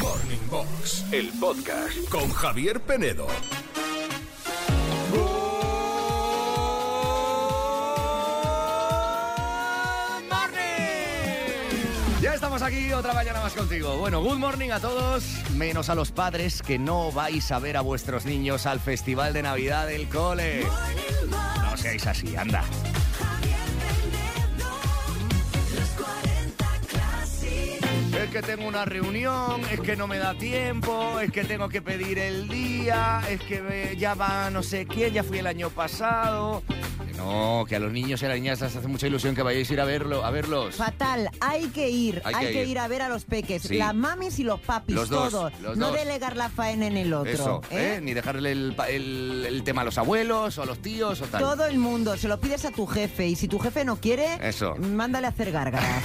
Morning Box, el podcast con Javier Penedo. Ya estamos aquí otra mañana más contigo. Bueno, good morning a todos, menos a los padres que no vais a ver a vuestros niños al festival de Navidad del cole. No seáis así, anda. Es que tengo una reunión, es que no me da tiempo, es que tengo que pedir el día, es que eh, ya va no sé quién, ya fui el año pasado. Que no, que a los niños y a las niñas les hace mucha ilusión que vayáis a ir a verlo, a verlos. Fatal, hay que ir, Hay hay, que que, ir. ir. a ver a los peques, Sí. las mamis y los papis, Los dos, todos. los no dos. delegar la faena en el otro. Eso, ¿eh? ¿eh? Ni dejarle el, pa- el- el tema a los abuelos o a los tíos o tal. Todo el mundo, se lo pides a tu jefe y si tu jefe no quiere, Eso. mándale a hacer gárgaras.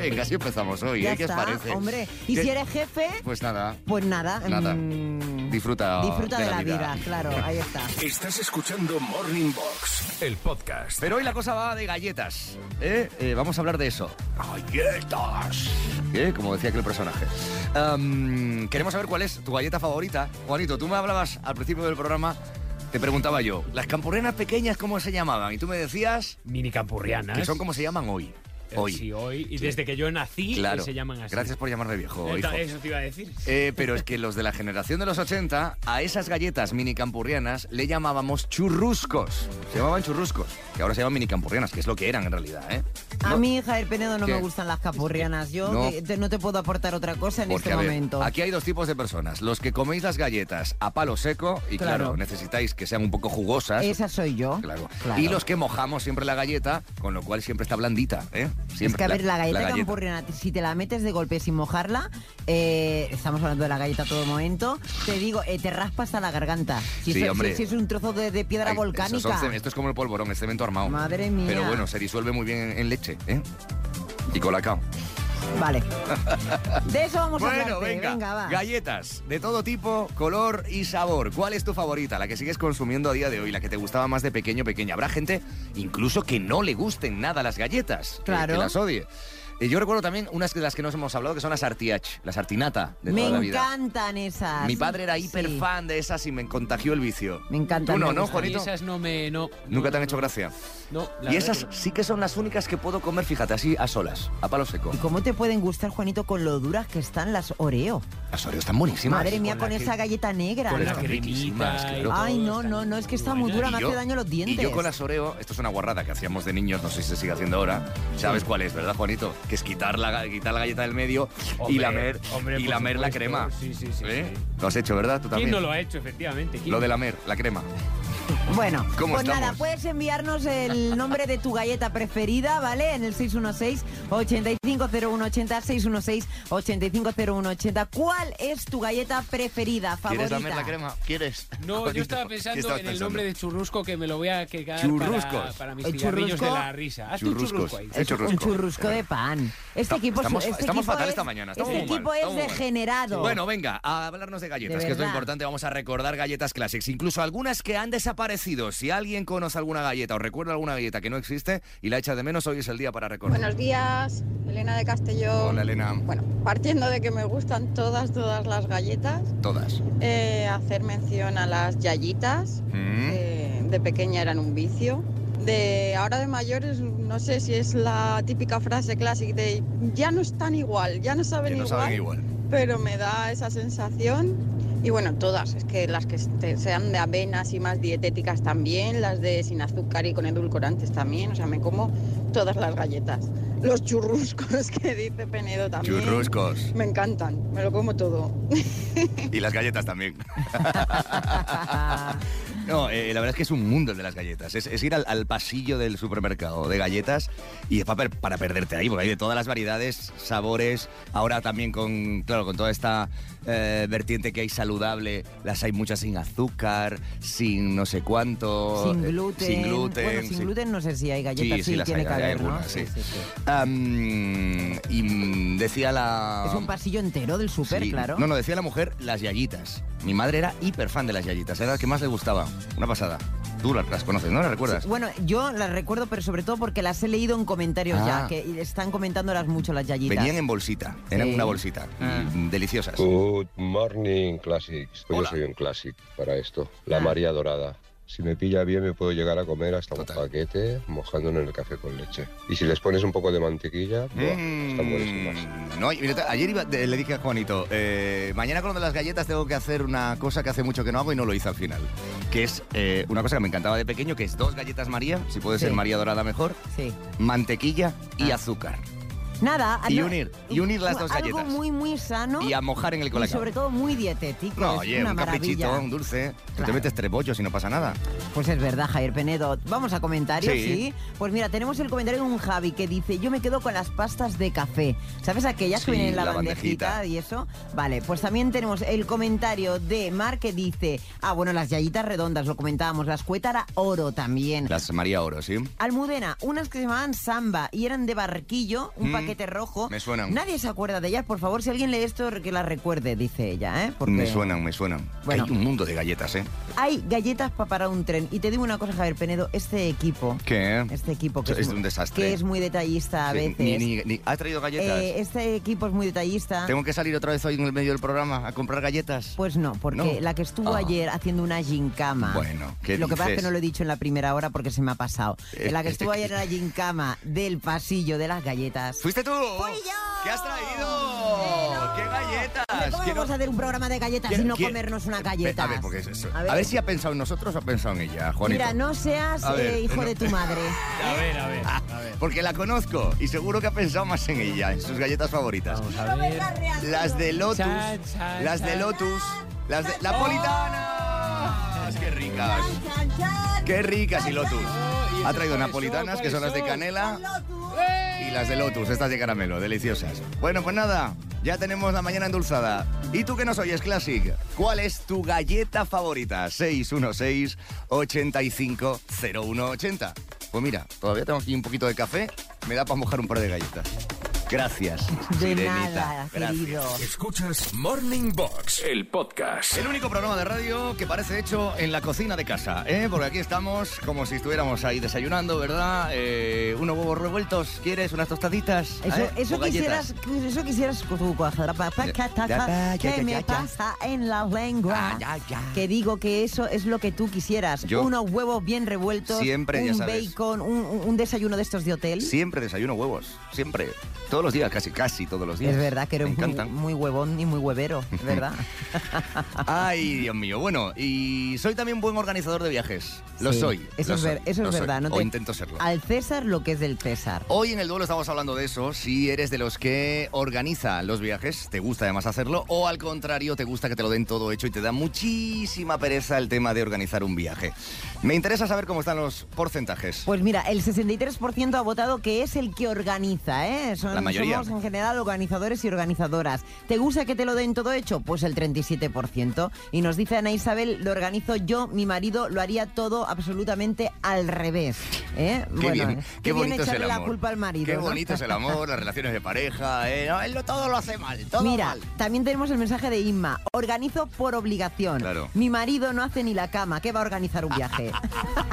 Venga, así empezamos hoy, ya ¿eh? ¿Qué os está, parece? hombre. Y ¿Qué- si eres jefe, Pues nada, pues nada. Nada. mm, Disfruta disfruta de de, la la vida. vida, claro, ahí está. Estás escuchando Morning Box, el podcast. pero hoy la cosa va de galletas, ¿eh? Eh, vamos a hablar de eso, ¡Galletas! ¿eh? Como decía aquel personaje. Am, queremos saber cuál es tu galleta favorita. Juanito, tú me hablabas al principio del programa, te preguntaba yo, las campurrenas pequeñas, ¿cómo se llamaban? Y tú me decías mini campurrianas. que son como se llaman hoy. Hoy. Eh, Sí, hoy. Y desde que yo nací claro. se llaman así. Gracias por llamarme viejo, Eh, hijo. ta- Eso te iba a decir. Eh, pero es que los de la generación de los 80, a esas galletas minicampurrianas le llamábamos churruscos. Se llamaban churruscos, que ahora se llaman minicampurrianas, que es lo que eran en realidad, ¿eh? A No, mí, Jair Penedo, no ¿Qué? me gustan las capurrianas. Yo No. que te- no te puedo aportar otra cosa en porque, este a ver, momento. aquí hay dos tipos de personas. Los que coméis las galletas a palo seco, y claro, Claro. necesitáis que sean un poco jugosas. Esa soy yo. Claro. Claro. Y los que mojamos siempre la galleta, con lo cual siempre está blandita, ¿eh? Siempre, es que, a ver, la galleta campurriana, si te la metes de golpe sin mojarla, eh, estamos hablando de la galleta a todo momento, te digo, eh, te raspas a la garganta. Si, Sí, eso- hombre. si- si es un trozo de, de piedra Ay, volcánica. esos son ce- esto es como el polvorón, es cemento armado. Madre mía. Pero bueno, se disuelve muy bien en, en leche, ¿eh? Y colacao. Vale. De eso vamos a Bueno, hablarte. venga, va. galletas de todo tipo, color y sabor. ¿Cuál es tu favorita? La que sigues consumiendo a día de hoy, la que te gustaba más de pequeño, pequeña. Habrá gente incluso que no le gusten nada las galletas, que- Claro. que las odie. Y yo recuerdo también unas de las que nos hemos hablado, que son las artiach, las artinata de Me toda la vida. encantan esas. Mi padre era Sí. hiper fan de esas y me contagió el vicio. Me encantan, Tú no, me ¿no, gustan. Y Juanito? esas no me. No, Nunca no, te han no, hecho gracia. No, la verdad Y esas que no. sí que son las únicas que puedo comer, fíjate, así a solas, a palo seco. ¿Y cómo te pueden gustar, Juanito, con lo duras que están las Oreo? Las Oreo están buenísimas. Madre mía, con con la esa que- galleta negra. Con la Están cremita. riquísimas, y claro. todo, Ay, no, están no, no, es que está muy dura, Y me yo- hace daño los dientes. Y yo con las Oreo, esto es una guarrada que hacíamos de niños, no sé si se sigue haciendo ahora. ¿Sabes cuál es, verdad, Juanito? Que es quitar la, ga- quitar la galleta del medio y Hombre, lamer, hombre, y por lamer la supuesto. crema. Sí, sí, sí, ¿Eh? sí. Lo has hecho, ¿verdad? Tú ¿Quién también. no lo ha hecho, efectivamente? ¿Quién? Lo de lamer, la crema. Bueno, ¿Cómo pues estamos? nada, puedes enviarnos el nombre de tu galleta preferida, ¿vale? En el 616-850180, 616-850180. ¿Cuál es tu galleta preferida, favorita? ¿Quieres lamer la crema? ¿Quieres? No, yo Juanito, estaba ¿qué pensando en estabas el pensando? nombre de churrusco que me lo voy a quedar Churruscos. para, para mis ¿El cigarrillos de churrusco? la risa. Haz tu Churruscos. churrusco ahí. El Es un churrusco. churrusco de pan. Este Esta- equipo, estamos, este estamos equipo fatal es- esta mañana. Estamos este muy mal, equipo es estamos muy mal. degenerado. Bueno, venga, a hablarnos de galletas, que es lo verdad. importante. Vamos a recordar galletas clásicas, incluso algunas que han desaparecido. Si alguien conoce alguna galleta o recuerda alguna galleta que no existe y la echa de menos, hoy es el día para recordar. Buenos días, Elena de Castellón. Hola, Elena. Bueno, partiendo de que me gustan todas, todas las galletas, Todas. eh, hacer mención a las yayitas, Mm. que de pequeña eran un vicio. De ahora de mayores, no sé si es la típica frase clásica de ya no están igual, ya no que saben, no igual, saben igual. pero me da esa sensación. Y bueno, todas, es que las que este- sean de avenas y más dietéticas también, las de sin azúcar y con edulcorantes también, o sea, me como todas las galletas. Los churruscos que dice Penedo también. Churruscos. Me encantan, me lo como todo. Y las galletas también. No, eh, la verdad es que es un mundo el de las galletas. Es, es ir al, al pasillo del supermercado de galletas y es pa- per- para, perderte ahí, porque hay de todas las variedades, sabores. Ahora también con, claro, con toda esta eh, vertiente que hay saludable, las hay muchas sin azúcar, sin no sé cuánto. sin eh, gluten. Sin gluten. Bueno, sin sí. gluten no sé si hay galletas, Sí, sí, sí, las tiene hay, que hay haber, ¿no? algunas, sí. Am, y mm, decía la... Es un pasillo entero del súper, Ah. Sí. claro. No, no, decía la mujer las yayitas. Mi madre era hiper fan de las yayitas, era la que más le gustaba. Una pasada. Tú las, las conoces, ¿no? ¿Las recuerdas? Sí, bueno, yo las recuerdo, pero sobre todo porque las he leído en comentarios Ah. ya, que están comentándolas mucho las yayitas. Venían en bolsita, eran Sí. una bolsita. Ah. Mm, Deliciosas. Good morning, Classics. Pues Hola. Yo soy un Classic para esto. La Ah. María Dorada. Si me pilla bien, me puedo llegar a comer hasta Total. un paquete mojándolo en el café con leche. Y si les pones un poco de mantequilla, ¡buah! están buenísimas. Mm, Eh. No, y mira, ayer iba- de- le dije a Juanito, eh, mañana con lo de las galletas tengo que hacer una cosa que hace mucho que no hago y no lo hice al final. Que es eh, una cosa que me encantaba de pequeño, que es dos galletas María, si puede ser Sí. María Dorada mejor, Sí. mantequilla y Ah. azúcar. Nada. ah, Y no- unir, y unir las dos algo galletas. muy, muy sano. Y a mojar en el y colacao. sobre todo muy dietético. No, es oye, una un caprichito, maravilla. un dulce. Tú te Claro. metes tres bollos y no pasa nada. Pues es verdad, Javier Penedo. Vamos a comentarios, Sí. sí. Pues mira, tenemos el comentario de un Javi que dice, yo me quedo con las pastas de café. ¿Sabes aquellas Sí, que vienen en la, la bandejita, bandejita. y eso? Vale, pues también tenemos el comentario de Mar que dice, ah, bueno, las yayitas redondas, lo comentábamos, las cuétara oro también. Las María Oro, ¿sí? Almudena, unas que se llamaban samba y eran de barquillo, un Mm, paquete rojo. me suenan. Nadie se acuerda de ellas, por favor, si alguien lee esto, que las recuerde, dice ella, ¿eh? Porque Me suenan, me suenan. Que Bueno. Hay un mundo de galletas, ¿eh? Hay galletas para parar un tren. Y te digo una cosa, Javier Penedo, este equipo, ¿Qué? este equipo que es, Es muy- un desastre. que es muy detallista a Sí, veces. ni- ni- ni- ¿Has traído galletas? Eh, este equipo es muy detallista. ¿Tengo que salir otra vez hoy en el medio del programa a comprar galletas? Ah. Pues no, porque No. la que estuvo Ah. ayer haciendo una gincama. Bueno, ¿qué Lo que pasa es que dices? no lo he dicho en la primera hora porque se me ha pasado. Eh, La que estuvo ayer en la gincama del pasillo de las galletas. ¿Fuiste tú? ¡Fui yo! Eh, ¿Qué has traído? Pero- ¡Qué galletas! Hombre, ¿Cómo Quiero- vamos a hacer un programa de galletas quiero- y no quiero- comernos una Pe- galleta? A ver, porque es eso. A A ver. ver, si ha pensado en nosotros o ha pensado en ella, Juanito. Mira, no seas A ver, eh, hijo de tu madre. A ver, a ver, Ah. a ver. Porque la conozco y seguro que ha pensado más en ella, en sus galletas favoritas. Vamos a ver. Las de Lotus. Cha, cha, las de cha. Lotus. Las de. ¡Napolitanas! ¡Qué ricas! ¡Qué ricas y Lotus! Oh, ¿y Ha esas traído cuáles napolitanas, son? que son las de ¿Cuáles son? canela. Y las de Lotus, estas de caramelo, deliciosas. Bueno, pues nada, ya tenemos la mañana endulzada. ¿Y tú que nos oyes, Classic? ¿Cuál es tu galleta favorita? 616-850180. Pues mira, todavía tengo aquí un poquito de café, me da para mojar un par de galletas. Gracias, De sirenita. nada, Gracias. querido. Escuchas Morning Box, el podcast. El único programa de radio que parece hecho en la cocina de casa, ¿eh? Porque aquí estamos como si estuviéramos ahí desayunando, ¿verdad? Eh, unos huevos revueltos, ¿quieres? ¿Unas tostaditas? Eso, ¿Eh? eso ¿O galletas? quisieras, eso quisieras tú, cuajada, pa- pa- ca- ta- Ya, ya, ta- ya, que ya, me ya. pasa en la lengua. Ah, ya, ya. Que digo que eso es lo que tú quisieras. Yo- Unos huevos bien revueltos, Siempre, ya un sabes. bacon, un, un- un desayuno de estos de hotel. Siempre desayuno huevos, siempre. Todos los días, casi, casi todos los días. Es verdad que Me eres muy, encantan. muy huevón y muy huevero, es ¿verdad? Ay, Dios mío. Bueno, y soy también buen organizador de viajes. Lo Sí, soy. Eso lo es, ver- soy, eso lo es soy. verdad. No O te- intento serlo. Al César lo que es del César. Hoy en el duelo estamos hablando de eso, si eres de los que organiza los viajes, te gusta además hacerlo, o al contrario, te gusta que te lo den todo hecho y te da muchísima pereza el tema de organizar un viaje. Me interesa saber cómo están los porcentajes. Pues mira, el 63% ha votado que es el que organiza, ¿eh? Son- La mayoría. Somos en general organizadores y organizadoras. ¿Te gusta que te lo den todo hecho? Pues el 37%. Y nos dice Ana Isabel, lo organizo yo, mi marido lo haría todo absolutamente al revés. ¿eh? Qué Bueno, bien, eh, qué, bien bonito es echarle el amor. la culpa al marido. Qué ¿no? bonito es el amor, las relaciones de pareja. eh, no, él lo- todo lo hace mal, todo Mira, mal. también tenemos el mensaje de Inma. Organizo por obligación. Claro. Mi marido no hace ni la cama. ¿Qué va a organizar un viaje?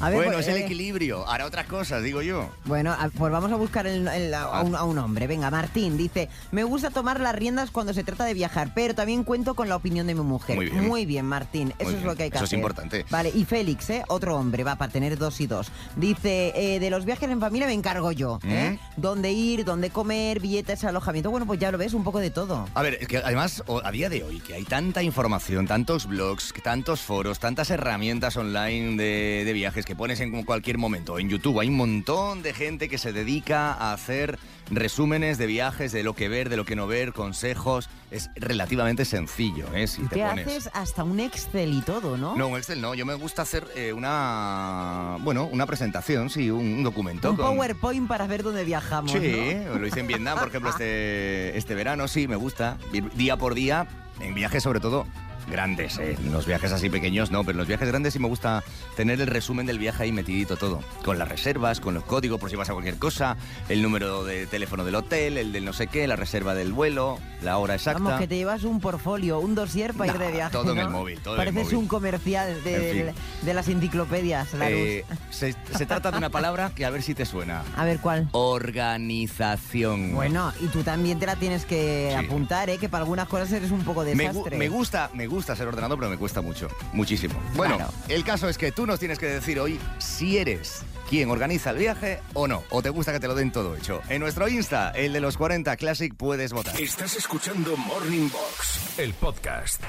A ver, bueno, pues, es el eh, equilibrio. Hará otras cosas, digo yo. Bueno, a- pues vamos a buscar el- el- Ah. a, un, a un hombre. Venga, Martín dice, me gusta tomar las riendas cuando se trata de viajar, pero también cuento con la opinión de mi mujer. Muy bien. Martín. Eso Muy es bien. lo que hay que Eso es hacer. importante. Vale, y Félix, ¿eh? otro hombre, va para tener dos y dos. Dice, eh, de los viajes en familia me encargo yo. ¿eh? Dónde ir, dónde comer, billetes, alojamiento. Bueno, pues ya lo ves, un poco de todo. A ver, es que además, o- a día de hoy, que hay tanta información, tantos blogs, que tantos foros, tantas herramientas online de, de viajes que pones en cualquier momento. En YouTube hay un montón de gente que se dedica a hacer resúmenes de viajes, de lo que ver, de lo que no ver, consejos. Es relativamente sencillo, ¿eh? Si Y te te pones. haces hasta un Excel y todo, ¿no? No, un Excel no. Yo me gusta hacer eh, una. Bueno, una presentación, sí, un, un documento. Un con- PowerPoint para ver dónde viajamos. Sí, ¿no? lo hice en Vietnam, por ejemplo, este, este verano, sí, me gusta. Ir Día por día, en viajes sobre todo, grandes, eh, los viajes así pequeños no, pero los viajes grandes sí me gusta tener el resumen del viaje ahí metidito todo, con las reservas, con los códigos por si vas a cualquier cosa, el número de teléfono del hotel, el del no sé qué, la reserva del vuelo, la hora exacta. Vamos, que te llevas un portfolio, un dossier para ir de Nah, viaje. todo en el ¿no? móvil, todo en el Pareces móvil. un comercial de, En fin. de las enciclopedias, Larus. Eh, se, se trata de una palabra que a ver si te suena. A ver cuál. Organización. Bueno, y tú también te la tienes que Sí. apuntar, ¿eh? que para algunas cosas eres un poco Me, gu- desastre. me gusta, me gusta ser ordenado, pero me cuesta mucho, muchísimo. Bueno, Claro. el caso es que tú nos tienes que decir hoy si eres quien organiza el viaje o no, o te gusta que te lo den todo hecho. En nuestro Insta, el de los 40 Classic, puedes votar. Estás escuchando Morning Box, el podcast.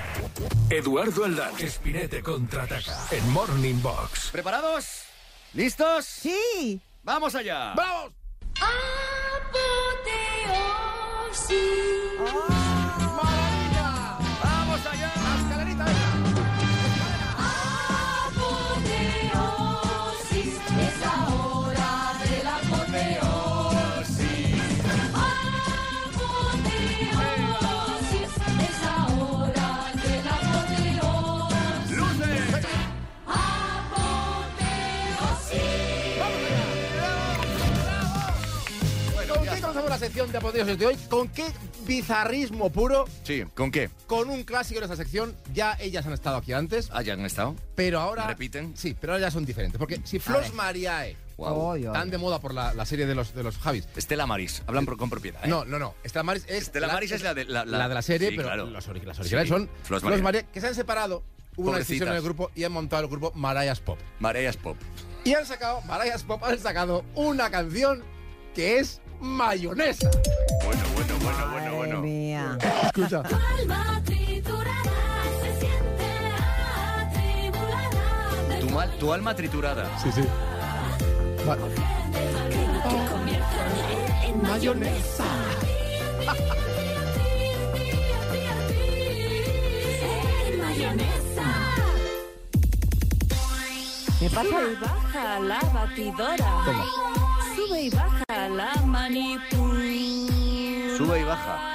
Eduardo Aldán, Espinete contraataca en Morning Box. ¿Preparados? ¿Listos? Sí. ¡Vamos allá! ¡Vamos! ¡Vamos allá! ¡La escalerita! ¿Con qué comenzamos la sección de apoteosis de hoy? ¿Con qué bizarrismo puro? Sí, ¿con qué? Con un clásico de esta sección. Ya ellas han estado aquí antes, ¿Hayan Ah, estado? pero ahora... ¿Repiten? Sí, pero ahora ya son diferentes. Porque si Flos Mariae, Guau. Oy, oy. tan de moda por la, la serie de los, de los Javis... Estela Maris, hablan por- con propiedad. ¿eh? No, no, no. Estela Maris es, Estela Maris es ¿Eh? la de la, la- la de la serie, Sí, pero claro. los ori- las originales Sí, son Flos Flos María. María. que se han separado. Hubo una Pobrecitas. decisión en el grupo y han montado el grupo Mariah's Pop. Mareas Pop. Y han sacado, Mariah's Pop han sacado una canción que es mayonesa. Bueno, bueno, bueno, bueno, Madre bueno. mía. Escucha. Tu, mal- tu alma triturada. Sí, sí. Ma- ¿Qué pasa? Sube y baja la batidora. Toma. Sube y baja la manipuladora. Sube y baja.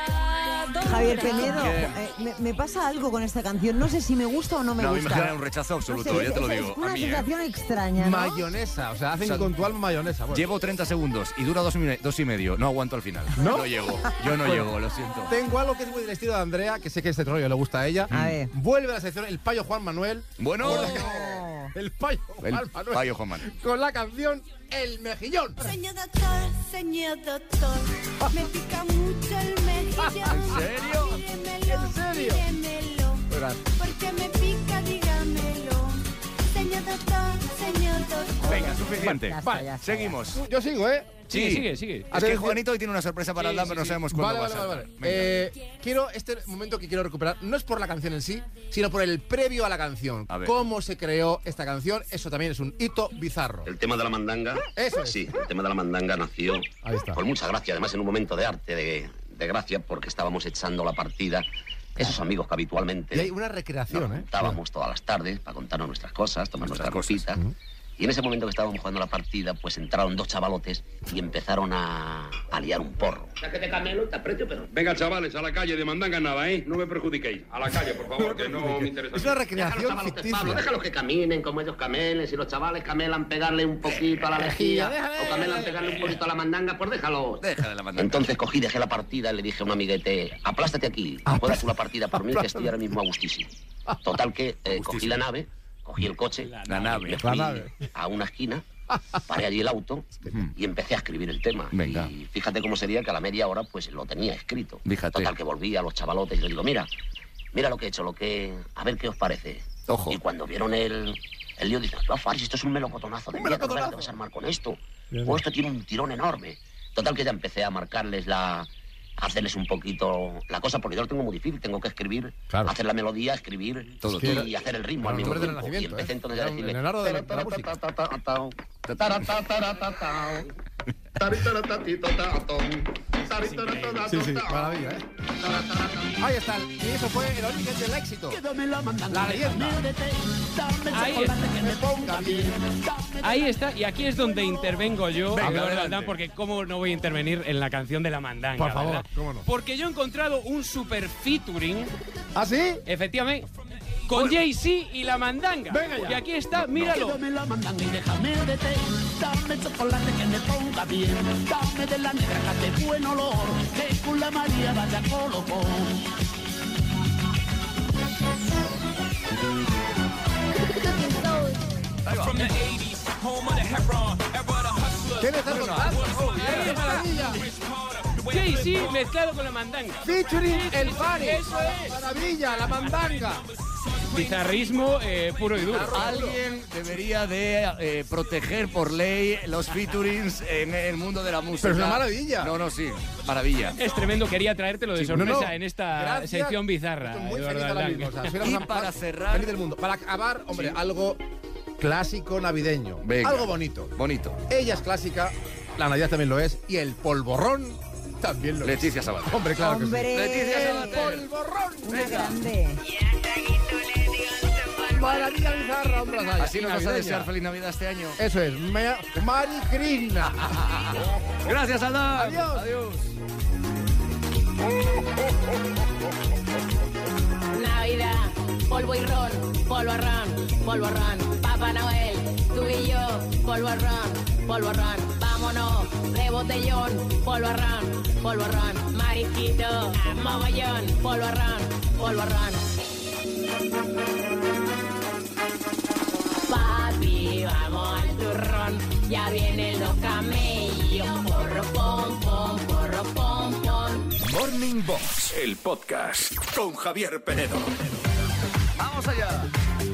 Javier Penedo, Bien. eh, me, me pasa algo con esta canción. No sé si me gusta o no me No, a mí me gusta. genera un rechazo absoluto, No sé, ya te lo es- digo. Es una a mí, ¿eh? sensación extraña, ¿no? Mayonesa. O sea, hacen con tu alma mayonesa. Bueno, Llevo 30 segundos y dura dos, mi- dos y medio. No aguanto al final. ¿No? llego. Yo no llego, lo siento. Tengo algo que es muy del estilo de Andrea, que sé que este rollo le gusta a ella. A ver. Vuelve a la sección El Payo Juan Manuel. Bueno, Oh. El Payo Juan el Manuel. fallo, Juan Manuel. Con la canción El Mejillón. Señor doctor, señor doctor, me pica mucho el mejillón. ¿En serio? Dígamelo, ¿En serio? dígamelo, porque me pica, dígamelo. Señor doctor, señor doctor. Venga, suficiente. Ya está, Vale, ya está, seguimos. Yo sigo, ¿eh? Sigue, Sí. sigue, sigue. Es que Juanito hoy tiene una sorpresa para Sí, el Aldán, sí, pero no sí. sabemos Vale, cuándo vale, va a vale. ser. vale. Venga. Eh, quiero este momento que quiero recuperar, no es por la canción en sí, sino por el previo a la canción. A ver. ¿Cómo se creó esta canción? Eso también es un hito bizarro. El tema de la mandanga. Eso es. Sí, el tema de la mandanga nació Ahí está. con mucha gracia, además en un momento de arte, de, de gracia, porque estábamos echando la partida. Esos amigos que habitualmente Y hay una nos recreación, ¿eh? juntábamos todas las tardes para contarnos nuestras cosas, tomar Nuestras nuestra cosas. cosita. Y en ese momento que estábamos jugando la partida, pues entraron dos chavalotes y empezaron a, a liar un porro. Venga, chavales, a la calle, de mandanga nada, ¿eh? No me perjudiquéis. A la calle, por favor, que no me interesa. Es una Déjalos, recreación chavalotes, Pablo, ficticia. déjalos que caminen como ellos camelen. Si los chavales camelan pegarle un poquito a la lejía o camelan pegarle un poquito a la mandanga, pues déjalo. Deja de la mandanga. Entonces cogí, dejé la partida y le dije a un amiguete, aplástate aquí, Ah, juega pues, tú la partida por mí que estoy ahora mismo a gustísimo. Total que eh, cogí la nave, cogí el coche, La nave. me fui nave. a una esquina, paré allí el auto y empecé a escribir el tema. Venga. Y fíjate cómo sería que a la media hora pues lo tenía escrito. Fíjate. Total que volví a los chavalotes y les digo, mira, mira lo que he hecho, lo que... a ver qué os parece. Ojo. Y cuando vieron el... El lío dice, no, Faris, esto es un melocotonazo de Un mierda, ¿verdad? melocotonazo. ¿Qué vas a armar con esto? O esto tiene un tirón enorme. Total que ya empecé a marcarles la... a hacerles un poquito la cosa, porque yo lo tengo muy difícil. Tengo que escribir, Claro. hacer la melodía, escribir Todo, y todo. hacer el ritmo al Claro, mismo tú eres del tiempo. Y Renacimiento, empecé ¿eh? entonces a Era un decirle... Leonardo de la- de la música. "Taratatatao, taratatatao, taritatatitotatom, taritatatatotatom". Sí, sí, maravilla, ¿eh? Ahí está, y eso fue el origen del éxito. La leyenda. Ahí está, Me ponga bien. ahí está, y aquí es donde intervengo yo, Venga, Eduardo adelante. Aldán, porque cómo no voy a intervenir en la canción de la mandanga. Por favor, ¿verdad? cómo no. Porque yo he encontrado un super featuring, ¿Ah, sí? efectivamente, con Jay-Z y la mandanga. Venga ya. Y aquí está, míralo. Dame la mandanga y déjame de té. Dame chocolate que me ponga bien. Dame de la negra que de buen olor. Que con la María vaya colocó. ¿Qué le está contando? Ahí está. Jay-Z mezclado con la mandanga. Featuring Sí, sí, el sí, Fari. Eso es. Maravilla, la mandanga. Bizarrismo eh, puro y duro. Alguien debería de eh, proteger por ley los featurings en el mundo de la música. Pero es una maravilla. No, no, sí, maravilla. Es tremendo, quería traértelo de Sí, sorpresa no, no. en esta Gracias. sección bizarra. Estoy muy Eduardo feliz ahora Aldán. mismo. o sea, soy la Y persona para más cerrar- Feliz del mundo. Para acabar, hombre, algo clásico navideño. Venga. Algo bonito. Bonito. Ella es clásica, la Navidad también lo es, y el polvorrón también lo Leticia es. Sabater. Hombre, claro que sí. Hombre, Leticia El Sabater. polvorrón. una grande. Maravilla bizarra, hombre. las hay. Así nos vas a Navideña. desear feliz Navidad este año. Eso es, Ma- Mari Krishna. Gracias, Aldán. Adiós. Adiós. Navidad, polvo y ron, polvo ron, polvo ron. Papá Noel, tú y yo, polvo ron, polvo ron. Vámonos, de botellón, polvo ron, polvo ron. Mariquito, a mogollón, polvo ron, polvo ron. Papi, vamos al turrón, ya vienen los camellos. Porro, pom, pom, porro, pom, pom. Morning Box, el podcast con Javier Penedo. Vamos allá.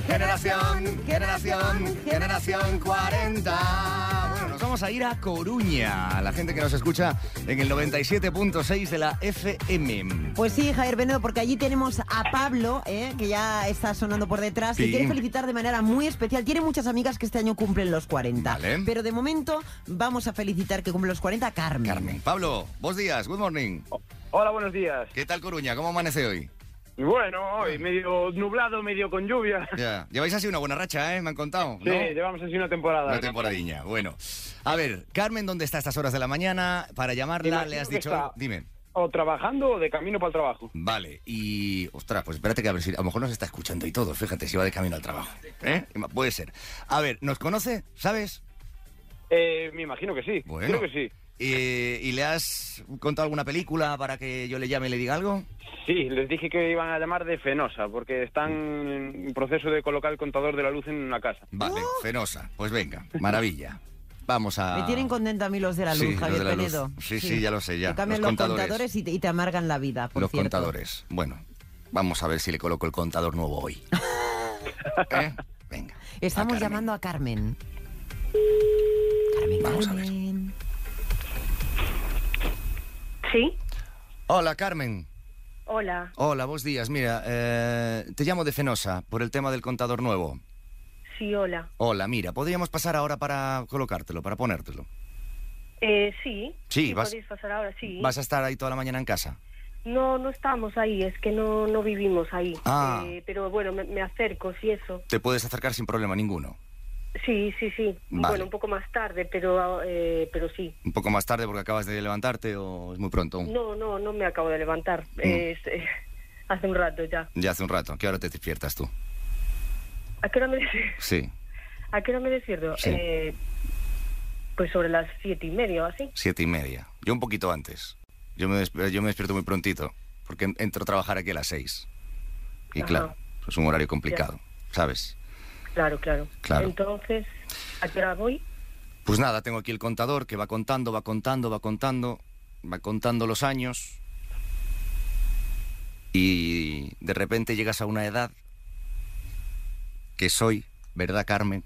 Generación, generación, generación 40. Bueno, nos vamos a ir a Coruña. La gente que nos escucha en el 97.6 de la FM. Pues sí, Javier Benedo, porque allí tenemos a Pablo, ¿eh? que ya está sonando por detrás, Sí. y quiere felicitar de manera muy especial. Tiene muchas amigas que este año cumplen los 40. Vale. Pero de momento vamos a felicitar que cumple los 40 a Carmen. Carmen. Pablo, buenos días, good morning. Hola, buenos días. ¿Qué tal Coruña? ¿Cómo amanece hoy? Bueno, hoy medio nublado, medio con lluvia. Ya. Lleváis así una buena racha, ¿eh? Me han contado. Sí, ¿no? llevamos así una temporada. Una temporadiña. Bueno. A ver, Carmen, ¿dónde está a estas horas de la mañana? Para llamarla, Imagino le has que dicho. está- Dime. O trabajando o de camino para el trabajo. Vale, y. Ostras, pues espérate que a ver si a lo mejor nos está escuchando y todo. Fíjate, si va de camino al trabajo. ¿eh? Puede ser. A ver, ¿nos conoce? ¿Sabes? Eh, me imagino que sí. Bueno. Creo que sí. Eh, ¿Y le has contado alguna película para que yo le llame y le diga algo? Sí, les dije que iban a llamar de Fenosa, porque están en proceso de colocar el contador de la luz en una casa. Vale, fenosa. Pues venga, maravilla. Vamos a. Me tienen contenta a mí los de la luz, Ah. Sí, los Javier de la luz. Penedo. Sí, sí, ya lo sé, ya. Te cambian los, Los contadores. contadores, y, te, y te amargan la vida, por Los cierto. contadores. Bueno, vamos a ver si le coloco el contador nuevo hoy. ¿Eh? Venga. Estamos A Carmen. llamando a Carmen. Carmen, Vamos a ver. Carmen. Sí, Hola, Carmen. hola. Hola, buenos días. Mira, eh, te llamo de Fenosa por el tema del contador nuevo. Sí, hola. Hola, mira, podríamos pasar ahora para colocártelo, para ponértelo. Eh, sí. Sí, vas- podéis pasar ahora, sí. ¿Vas a estar ahí toda la mañana en casa? No, no estamos ahí, es que no, no vivimos ahí. Ah. Eh, pero bueno, me, me acerco, sí, eso. Te puedes acercar sin problema ninguno. Sí, sí, sí. Vale. Bueno, un poco más tarde, pero, eh, pero sí. Un poco más tarde porque acabas de levantarte o es muy pronto. No, no, no me acabo de levantar. Mm. Eh, es- eh, hace un rato ya. Ya hace un rato. ¿A qué hora te despiertas tú? ¿A qué hora me, Sí, a qué hora me despierto? Sí. Eh, pues sobre las siete y media o así. siete y media. Yo un poquito antes. Yo me, desp- yo me despierto muy prontito porque en- entro a trabajar aquí a las seis. Y Ajá. claro, es un horario complicado, ¿sabes? Claro, claro. Claro. Entonces, ¿a qué hora voy? Pues nada, tengo aquí el contador que va contando, va contando, va contando, va contando los años. Y de repente llegas a una edad que soy, ¿verdad, Carmen?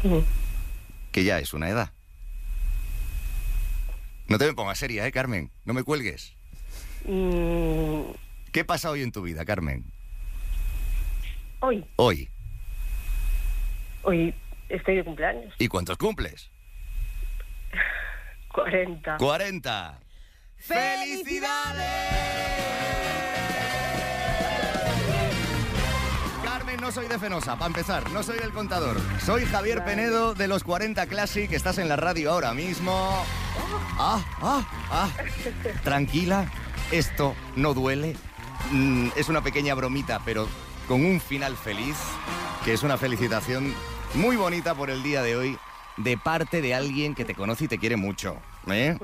Sí. Que ya es una edad. No te me pongas seria, ¿eh, Carmen? No me cuelgues. Mm, ¿Qué pasa hoy en tu vida, Carmen? hoy, Hoy. hoy estoy de cumpleaños. ¿Y cuántos cumples? 40. 40. ¡Felicidades! Carmen, no soy de Fenosa, para empezar, no soy del contador. Soy Javier Penedo de los 40 Classic, estás en la radio ahora mismo. Ah, ah, ah. Tranquila, esto no duele. Mm, es una pequeña bromita, pero con un final feliz, que es una felicitación muy bonita por el día de hoy de parte de alguien que te conoce y te quiere mucho. ¿eh?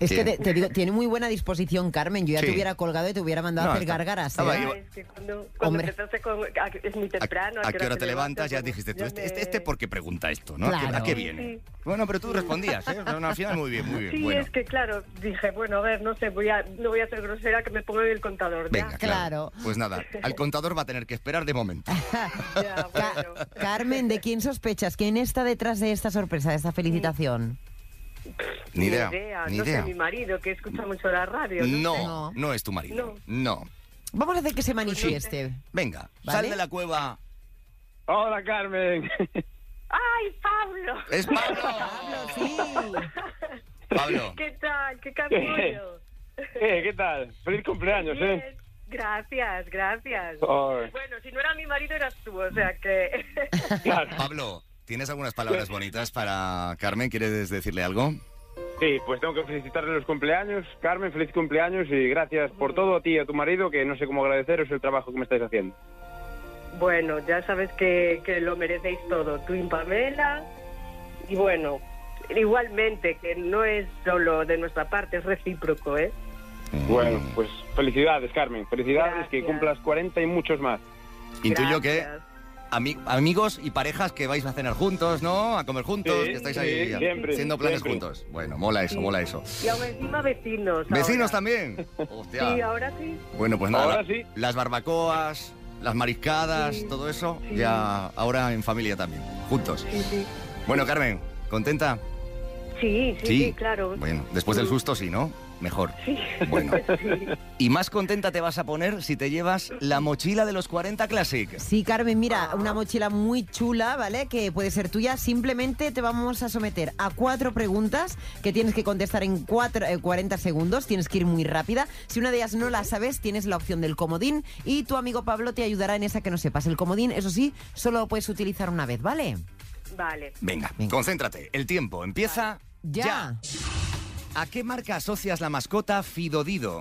Es que Sí. te, te digo, tiene muy buena disposición, Carmen. Yo ya Sí. te hubiera colgado y te hubiera mandado No, a hacer está- gargaras. estaba ¿eh? ahí. Ah, es que cuando, cuando Hombre. empezaste con... a- es muy temprano. ¿A qué hora te levantas? Ya como- dijiste tú, ya este, me- este, este ¿por qué pregunta esto? ¿no? ¿A qué- ¿A Claro. qué Sí, viene? sí. Bueno, pero tú respondías, ¿eh? No, no, al final muy bien, muy bien. Sí, bueno. es que claro, dije, bueno, a ver, no sé, voy a, no voy a ser grosera, que me ponga en el contador. ya. Venga, claro. Ah, Pues nada, al contador va a tener que esperar de momento. Ah, Carmen, ¿de quién sospechas? ¿Quién está detrás de esta sorpresa, de esta felicitación? Ni idea, ni no sé, idea. mi marido, que Mm. escucha mucho la radio. No, sé. No, no es tu marido. No. Vamos a hacer que se manifieste. Venga, ¿Vale? sal de la cueva. Hola, Carmen. ¡Ay, Pablo! Es Pablo. ¡Pablo, sí! Pablo. ¿Qué tal? ¿Qué capullo? Eh, ¿qué tal? Feliz cumpleaños, ¿eh? Bien, Gracias, gracias. Ay. Bueno, si no era mi marido, eras tú, o sea que... Pablo, ¿tienes algunas palabras bonitas para Carmen? ¿Quieres decirle algo? Sí, pues tengo que felicitarle los cumpleaños. Carmen, feliz cumpleaños y gracias por todo a ti y a tu marido, que no sé cómo agradeceros el trabajo que me estáis haciendo. Bueno, ya sabes que, que lo merecéis todo, tú y Pamela. Y bueno, igualmente, que no es solo de nuestra parte, es recíproco, ¿eh? Mm. Bueno, pues felicidades, Carmen. Felicidades, que Gracias. cumplas 40 y muchos más. Intuyo que ami- amigos y parejas que vais a cenar juntos, ¿no? A comer juntos, Sí, que estáis ahí sí, siempre, haciendo planes siempre. juntos. Bueno, mola eso, mola eso. Y aún encima vecinos. ahora. ¿Vecinos también? Hostia. Sí, ahora sí. Bueno, pues nada. Ahora la- Las barbacoas, las mariscadas, todo eso, sí. ya ahora en familia también, juntos. Sí, sí. Bueno, Carmen, ¿contenta? Sí, sí, Sí. sí, claro. Bueno, después del susto sí, ¿no? Mejor. Sí. Bueno. Y más contenta te vas a poner si te llevas la mochila de los 40 Classic. Sí, Carmen, mira, una mochila muy chula, ¿vale? Que puede ser tuya. Simplemente te vamos a someter a cuatro preguntas que tienes que contestar en cuatro, eh, 40 segundos. Tienes que ir muy rápida. Si una de ellas no la sabes, tienes la opción del comodín y tu amigo Pablo te ayudará en esa que no sepas. El comodín, eso sí, solo lo puedes utilizar una vez, ¿vale? Vale. Venga, concéntrate. El tiempo empieza Ya. ya. ¿A qué marca asocias la mascota Fidodido?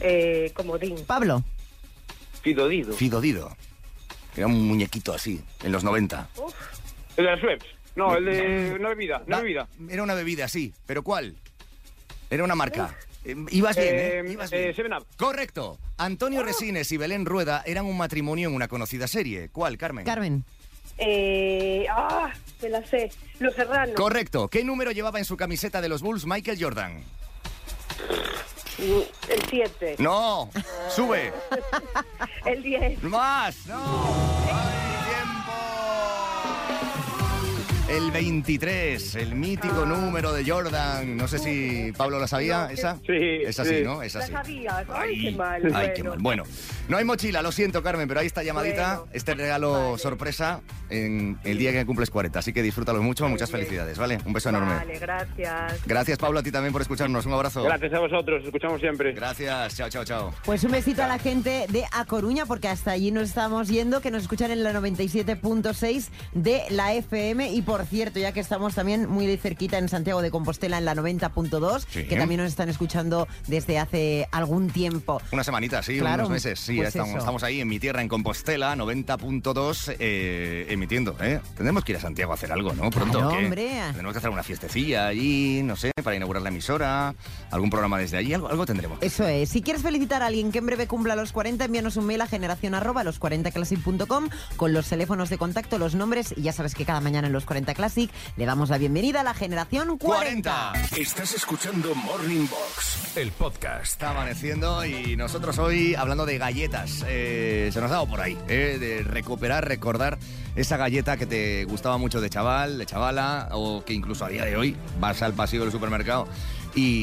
Eh, comodín. Pablo. Fidodido. Fidodido. Era un muñequito así, en los 90. El de las webs. No, el de una bebida, una Va- bebida. Era una bebida, sí. ¿Pero cuál? Era una marca. Eh, ibas bien, ¿eh? Eh, Ibas eh, bien. Seven Up. Oh. Correcto. Antonio Resines y Belén Rueda eran un matrimonio en una conocida serie. ¿Cuál, Carmen? Carmen. Eh, ah, me la sé. Los serranos. Correcto. ¿Qué número llevaba en su camiseta de los Bulls Michael Jordan? El 7. No. Sube. El 10. Más. No. El 23, el mítico número de Jordan. No sé si Pablo la sabía, esa. Sí, Es así, sí. ¿no? Es La así. sabías. Ay, qué mal. Ay, qué mal. Bueno, no hay mochila, lo siento, Carmen, pero ahí está llamadita, Bueno. este regalo sorpresa en el día que cumples 40. Así que disfrútalo mucho, muchas felicidades, ¿vale? Un beso enorme. Vale, gracias. Gracias, Pablo, a ti también por escucharnos. Un abrazo. Gracias a vosotros, os escuchamos siempre. Gracias, chao, chao, chao. Pues un besito a la gente de A Coruña, porque hasta allí nos estamos yendo, que nos escuchan en la 97.6 de la FM. Y por cierto, ya que estamos también muy de cerquita en Santiago de Compostela, en la 90.2, Sí. que también nos están escuchando desde hace algún tiempo. Una semanita, sí, Claro, unos meses. Sí, pues estamos, eso. estamos ahí en mi tierra, en Compostela, 90.2, eh, emitiendo. ¿eh? Tendremos que ir a Santiago a hacer algo, ¿no? Pronto. Claro, ¿o qué? hombre. Tendremos que hacer una fiestecilla allí, no sé, para inaugurar la emisora, algún programa desde allí, algo, algo tendremos. Eso es. Si quieres felicitar a alguien que en breve cumpla los 40, envíanos un mail a generación arroba los 40classic.com con los teléfonos de contacto, los nombres. Y ya sabes que cada mañana en los 40 Classic le damos la bienvenida a la generación 40. Estás escuchando Morning Box, el podcast. Está amaneciendo y nosotros hoy hablando de galletas. eh, se nos ha dado por ahí, eh, de recuperar, recordar esa galleta que te gustaba mucho de chaval, de chavala, o que incluso a día de hoy vas al pasillo del supermercado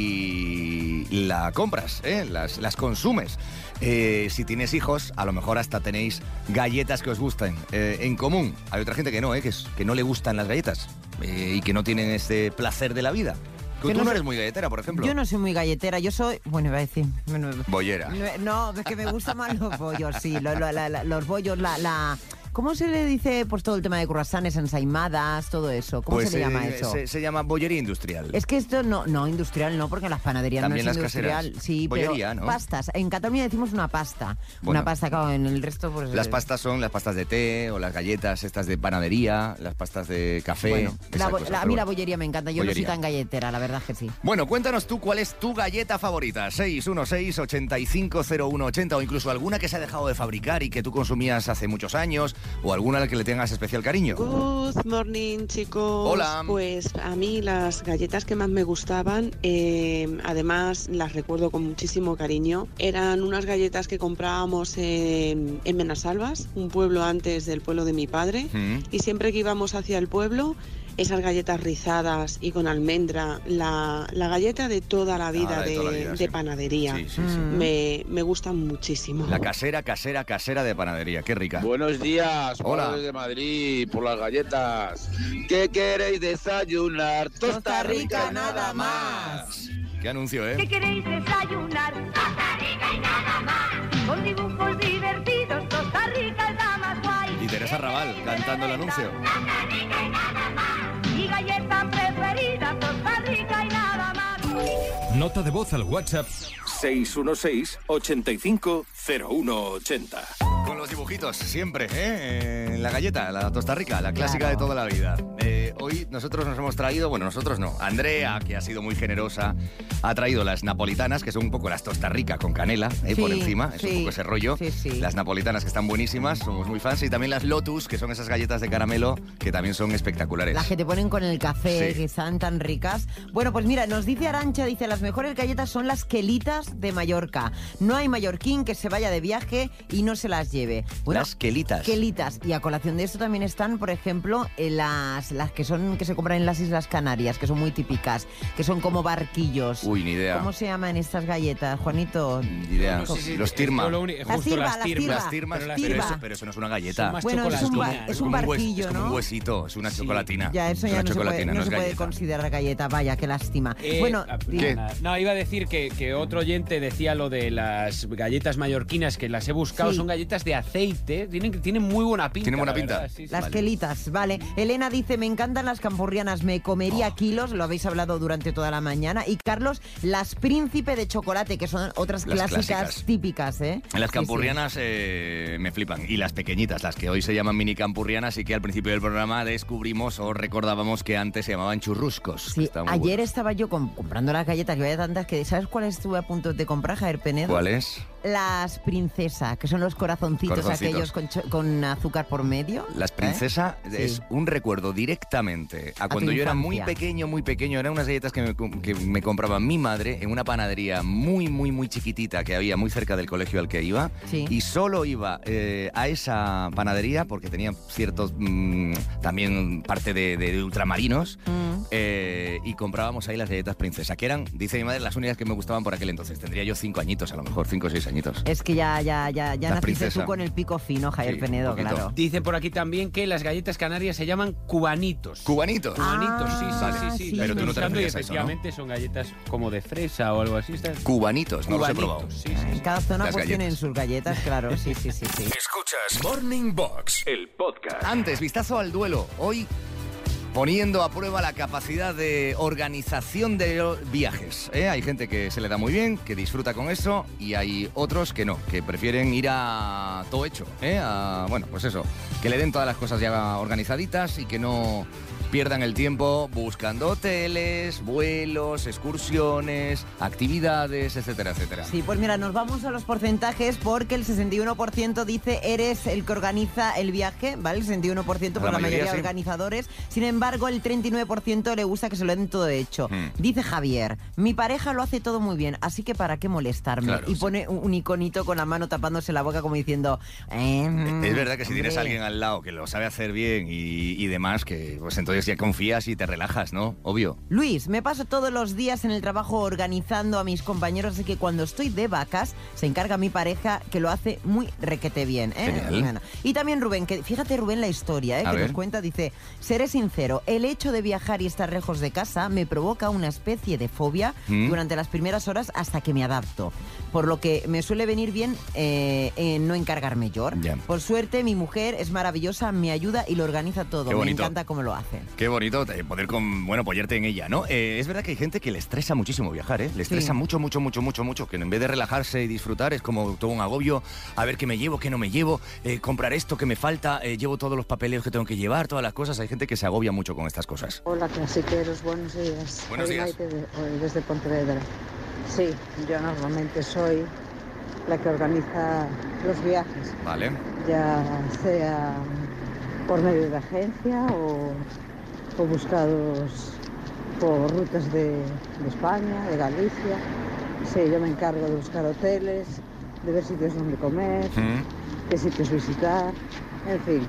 y la compras, eh, las, las consumes. Eh, si tienes hijos, a lo mejor hasta tenéis galletas que os gusten eh, en común. Hay otra gente que no, eh, que, es- que no le gustan las galletas eh, y que no tienen este placer de la vida. Tú Que no no sé- eres muy galletera, por ejemplo. Yo no soy muy galletera, yo soy. Bueno, iba a decir. bueno, Bollera. eh, No, es que me gustan más los bollos, sí. lo- lo- la- la- los bollos, la, la- ¿Cómo se le dice pues todo el tema de croissants, ensaimadas, todo eso? ¿Cómo Pues, se le llama eh, eso? Se, se llama bollería industrial. Es que esto no, no industrial no, porque las panaderías También no las es industrial. caseras. Sí, Bollería, pero ¿no? pastas. En Cataluña decimos una pasta. Bueno. una pasta, claro, en el resto pues Las eh, pastas son las pastas de té o las galletas estas de panadería, las pastas de café. bueno. esas La bo- cosas, la- a pero mí la bueno. bollería me encanta. Yo no Bollería. soy tan galletera, la verdad que sí. Bueno, cuéntanos tú cuál es tu galleta favorita. 616-850180 o incluso alguna que se ha dejado de fabricar y que tú consumías hace muchos años o alguna a la que le tengas especial cariño. Good morning, chicos. Hola. Pues a mí las galletas que más me gustaban, eh, además las recuerdo con muchísimo cariño, eran unas galletas que comprábamos en, en Menasalvas, un pueblo antes del pueblo de mi padre. Mm. Y siempre que íbamos hacia el pueblo, esas galletas rizadas y con almendra, la, la galleta de toda la vida, Ah, de de, toda la vida, de sí. panadería, Sí, sí, sí. Mm. Me, me gustan muchísimo. La casera, casera, casera de panadería. Qué rica. Buenos días, Hola. Hola. de Madrid, por las galletas. ¿Qué queréis desayunar? Tosta rica nada más. Qué anuncio, ¿eh? ¿Qué queréis desayunar? Costa Rica y nada más. Con dibujos divertidos, Costa Rica es la más guay. Y Teresa Raval cantando el anuncio. Costa Rica y nada más. Mi galleta preferida, Costa Rica y nada más. Nota de voz al WhatsApp 616 850180. Con los dibujitos, siempre, ¿eh? Eh, La galleta, la tosta rica, la clásica de toda la vida. Eh, hoy nosotros nos hemos traído, bueno, nosotros no, Andrea, que ha sido muy generosa, ha traído las napolitanas, que son un poco las tosta rica con canela, ¿eh? por Sí, encima, es un sí, poco ese rollo. Las napolitanas que están buenísimas, somos muy fans, y también las Lotus, que son esas galletas de caramelo, que también son espectaculares. Las que te ponen con el café, Sí. que están tan ricas. Bueno, pues mira, nos dice Arancha, dice, las mejores galletas son las quelitas de Mallorca. No hay mallorquín que se vaya de viaje y no se las lleve. Bueno, las quelitas. Quelitas. Y a colación de esto también están, por ejemplo, eh, las, las que son que se compran en las Islas Canarias, que son muy típicas, que son como barquillos. Uy, ni idea. ¿Cómo se llaman estas galletas, Juanito? Ni idea. No, no, sí, sí, los sí, Tirma. yo lo uni- Las justo Tirma, las las Tirma. Tirma. Las Tirma, Pero pero, las Tirma. eso, pero eso no es una galleta. Son más Bueno, es un ba- chocolatinas. es un como hues- barquillo, es como ¿no? un huesito, es una chocolatina. Ya, eso Es ya una no se puede, chocolatina, no no es se puede galleta. considerar galleta, vaya, qué lástima. Eh, bueno, ah, di- nada. no, iba a decir que, que otro oyente decía lo de las galletas mallorquinas que las he buscado. Sí. Son galletas de aceite, tienen, tienen muy buena pinta. Tienen buena la pinta. verdad, sí, sí. Las quelitas, vale. Elena dice, me encantan las campurrianas, me Oh. comería kilos, lo habéis hablado durante toda la mañana. Y Carlos, las príncipe de chocolate, que son otras Las clásicas, clásicas. típicas, ¿eh? Las Sí, campurrianas eh, me flipan. Y las pequeñitas, las que hoy se llaman mini campurrianas y que al principio del programa descubrimos o recordábamos que antes se llamaban churruscos. que sí. estaban muy Ayer buenos. estaba yo com- comprando las galletas, que había tantas que... ¿Sabes cuáles estuve a punto de comprar, Javier Penedo? ¿Cuál es? Las princesas, que son los corazoncitos, Corazoncitos. aquellos con, cho- con azúcar por medio. Las ¿eh? princesas Sí. es un recuerdo directamente a tu cuando yo era muy infancia. pequeño, muy pequeño. Eran unas galletas que me, com- que me compraba mi madre en una panadería muy, muy, muy chiquitita que había muy cerca del colegio al que iba. Sí. Y solo iba eh, a esa panadería porque tenía ciertos mm, también parte de, de- de ultramarinos. Mm. eh, y comprábamos ahí las galletas princesa, que eran, dice mi madre, las únicas que me gustaban por aquel entonces. Tendría yo cinco añitos, a lo mejor, cinco o seis añitos. Es que ya, ya, ya, ya La naciste princesa. tú con el pico fino, Javier Sí, Penedo, poquito. claro. Dicen por aquí también que las galletas canarias se llaman cubanitos. Cubanitos. Ah. Cubanitos, sí, sí, Vale. sí, sí, Ah, Pero tú no te Buscando y referías a eso, ¿no? efectivamente son galletas como de fresa o algo así. ¿sabes? Cubanitos, no los he Cubanitos, probado. sí, sí, sí. Cada zona Las pues galletas. tienen sus galletas, claro, sí, sí, sí, sí. Escuchas Morning Box, el podcast. Antes, vistazo al duelo. Hoy poniendo a prueba la capacidad de organización de lo- viajes. ¿eh? Hay gente que se le da muy bien, que disfruta con eso, y hay otros que no, que prefieren ir a todo hecho. ¿eh? A, bueno, pues eso, que le den todas las cosas ya organizaditas y que no pierdan el tiempo buscando hoteles, vuelos, excursiones, actividades, etcétera, etcétera. Sí, pues mira, nos vamos a los porcentajes porque el 61% dice eres el que organiza el viaje, ¿vale? El 61% por la, La mayoría, mayoría de sí. organizadores. Sin embargo, el 39% le gusta que se lo den todo hecho. Hmm. Dice Javier, mi pareja lo hace todo muy bien, así que ¿para qué molestarme? Claro, y sí. pone un un iconito con la mano tapándose la boca como diciendo... "Eh, mm, Es verdad que si tienes a hombre". alguien al lado que lo sabe hacer bien y, y demás, que pues entonces Porque si confías y te relajas, ¿no? Obvio. Luis, me paso todos los días en el trabajo organizando a mis compañeros, así que cuando estoy de vacas se encarga mi pareja que lo hace muy requete bien. ¿eh? Genial. Bueno, Y también Rubén, que fíjate Rubén la historia ¿eh? A que ver. nos cuenta, dice, seré sincero, el hecho de viajar y estar lejos de casa me provoca una especie de fobia ¿Mm? durante las primeras horas hasta que me adapto, por lo que me suele venir bien eh, eh, no encargarme yo. Ya. Por suerte mi mujer es maravillosa, me ayuda y lo organiza todo, Qué me bonito. encanta cómo lo hace. Qué bonito eh, poder con, bueno, apoyarte en ella, ¿no? Eh, es verdad que hay gente que le estresa muchísimo viajar, ¿eh? Le estresa mucho, mucho, mucho, mucho, mucho. Que en vez de relajarse y disfrutar es como todo un agobio. A ver qué me llevo, qué no me llevo. eh, comprar esto que me falta. eh, llevo todos los papeleos que tengo que llevar, todas las cosas. Hay gente que se agobia mucho con estas cosas. Hola, clasiqueros, buenos días. Buenos Soy días. Maite de- hoy desde Pontevedra. Sí, yo normalmente soy la que organiza los viajes, Vale. ya sea por medio de agencia o, o buscados por rutas de, de España, de Galicia. Sí, yo me encargo de buscar hoteles, de ver sitios donde comer, qué sitios visitar, en fin,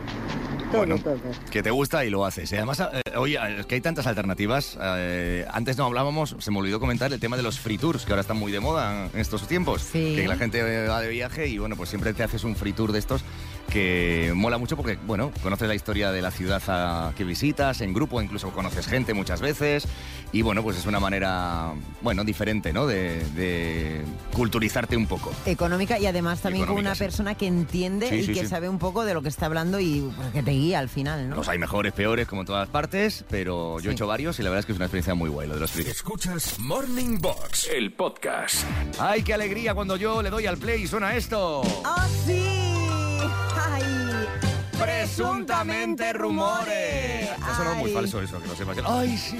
todo, Bueno. todo. Que te gusta y lo haces. ¿eh? Además, eh, oye, es que hay tantas alternativas. Eh, antes no hablábamos, se me olvidó comentar el tema de los free tours, que ahora están muy de moda en estos tiempos. Que la gente eh, va de viaje y bueno, pues siempre te haces un free tour de estos que mola mucho porque, bueno, conoces la historia de la ciudad a- que visitas, en grupo, incluso conoces gente muchas veces. Y bueno, pues es una manera, bueno, diferente, ¿no? De, de culturizarte un poco. Económica y además también con Económica, una sí. persona que entiende Sí, y sí, que sí. sabe un poco de lo que está hablando y pues, que te guía al final, ¿no? Los hay mejores, peores, como en todas partes, pero yo he hecho varios y la verdad es que es una experiencia muy guay lo de los free tours. Escuchas Morning Box, el podcast. ¡Ay, qué alegría cuando yo le doy al play y suena esto! ¡Oh, sí! ¡Ay! Presuntamente rumores. Ha sonado muy Ay. falso eso, que lo sepas. ¡Ay, sí!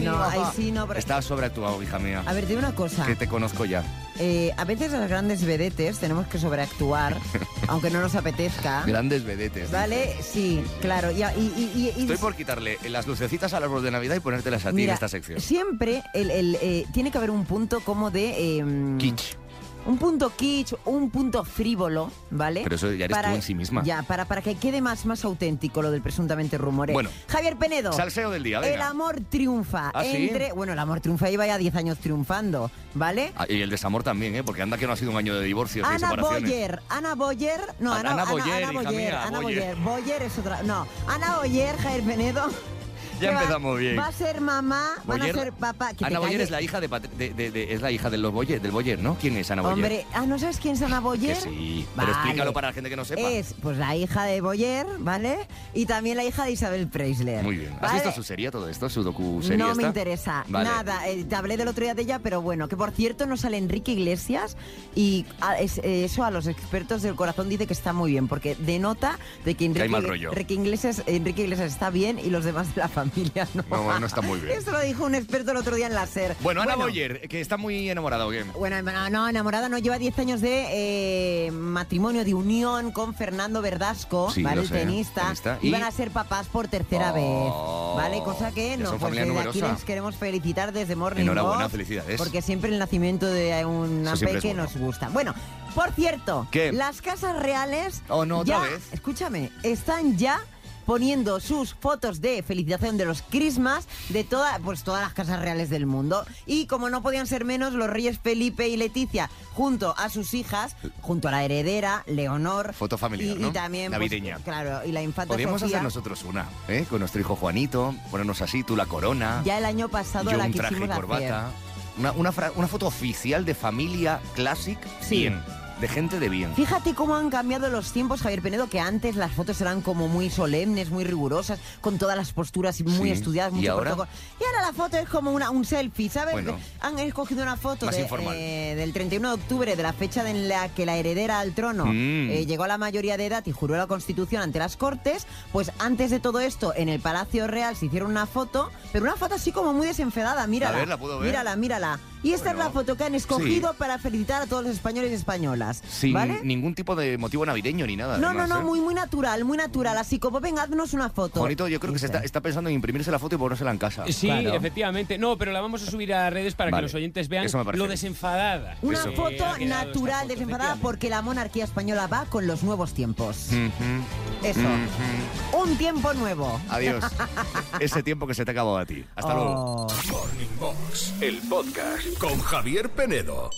No, ay, sí, no, pero... Estás sobreactuado, hija mía. A ver, te digo una cosa. Que te conozco ya. Eh, a veces las grandes vedetes tenemos que sobreactuar, aunque no nos apetezca. Grandes vedetes. ¿Vale? Sí, claro. Y, y- y- y- Estoy por quitarle las lucecitas al árbol de Navidad y ponértelas a ti en Mira, esta sección. Siempre el, el, eh, tiene que haber un punto como de. eh, Kitsch. Un punto kitsch, un punto frívolo, ¿vale? Pero eso ya eres tú en sí misma. Ya, para, para que quede más, más auténtico lo del presuntamente rumore. Bueno. Javier Penedo. Salseo del día, venga. El amor triunfa. ¿Ah, sí? entre, Bueno, el amor triunfa lleva ya 10 años triunfando, ¿vale? Ah, Y el desamor también, ¿eh? Porque anda que no ha sido un año de divorcios y Ana separaciones. Boyer, Ana Boyer, no, Ana- Ana, Ana Ana- Boyer, Ana hija Boyer, mía, Ana Boyer, Boyer. Boyer es otra, no, Ana Boyer, Javier Penedo. Ya que va- empezamos bien. Va a ser mamá, van a Boyer- ser papá. que te Ana Boyer calles. es la hija de, Pat- de- de- de- es la hija de los Boyer, del Boyer, ¿no? ¿Quién es Ana Boyer? Hombre, ah, ¿no sabes quién es Ana que Boyer? sí. Vale. Pero explícalo para la gente que no sepa. Es, pues, la hija de Boyer, ¿vale? Y también la hija de Isabel Preisler. Muy bien. ¿Has ¿vale? visto su serie todo esto? ¿Su docu-serie No me esta? interesa, Vale. nada. eh, te hablé del otro día de ella, pero bueno, que por cierto no sale Enrique Iglesias y a- es- eh, eso a los expertos del corazón dice que está muy bien, porque denota de que Enrique, hay mal rollo. Enrique Iglesias, Enrique Iglesias está bien y los demás de la familia no. No, no está muy bien. Esto lo dijo un experto el otro día en la SER. Bueno, Ana Boyer, que está muy enamorada, ¿o qué? Bueno, em- no, enamorada no, lleva 10 años de eh, matrimonio, de unión con Fernando Verdasco, Sí, ¿vale? lo El sé, tenista. tenista. Y van Y- a ser papás por tercera Oh, vez, ¿vale? Cosa que ya no, son pues familia desde aquí numerosa. les queremos felicitar desde Morning Enhorabuena, Box, felicidades. Porque siempre el nacimiento de una Eso siempre peque es bueno. nos gusta. Bueno, por cierto, ¿Qué? las casas reales... Oh, no, otra ya- vez. Escúchame, están ya poniendo sus fotos de felicitación de los Christmas de toda, pues, todas las casas reales del mundo. Y como no podían ser menos, los reyes Felipe y Leticia, junto a sus hijas, junto a la heredera, Leonor. Foto familiar, y, y ¿no? también, pues, Navideña. claro, y la infanta Podríamos Sofía. hacer nosotros una, ¿eh? Con nuestro hijo Juanito, ponernos así, tú la corona, Ya el año pasado yo la un traje y quisimos corbata. hacer. Una, una fra- una foto oficial de familia classic, Sí. bien, de gente de bien. Fíjate cómo han cambiado los tiempos, Javier Penedo, que antes las fotos eran como muy solemnes, muy rigurosas, con todas las posturas y muy Sí. estudiadas, ¿Y mucho ahora? protocolo. Y ahora la foto es como una, un selfie, ¿sabes? Bueno. Han escogido una foto Más de, informal. eh, del 31 de octubre, de la fecha en la que la heredera al trono Mm. eh, llegó a la mayoría de edad y juró la constitución ante las cortes. Pues antes de todo esto, en el Palacio Real se hicieron una foto, pero una foto así como muy desenfadada, mírala. ver, la puedo ver. Mírala, mírala. Y esta es la foto que han escogido Sí. para felicitar a todos los españoles y españolas. Sin ¿Vale? ningún tipo de motivo navideño ni nada. No, no, además, no, ¿eh? muy, muy natural, muy natural. Así como, venga, haznos una foto. Juanito, yo creo que se está, está pensando en imprimirse la foto y ponérsela en casa. Sí, efectivamente. No, pero la vamos a subir a redes para Ah, que Vale. los oyentes vean Eso me parece lo bien. desenfadada. Una que foto ha quedado esta natural, foto, desenfadada, porque la monarquía española va con los nuevos tiempos. Ujú. Eso. Mm. Un tiempo nuevo. Adiós. Ese tiempo que se Oh. te ha acabado a ti. Hasta luego. Morning Box, el podcast con Javier Penedo.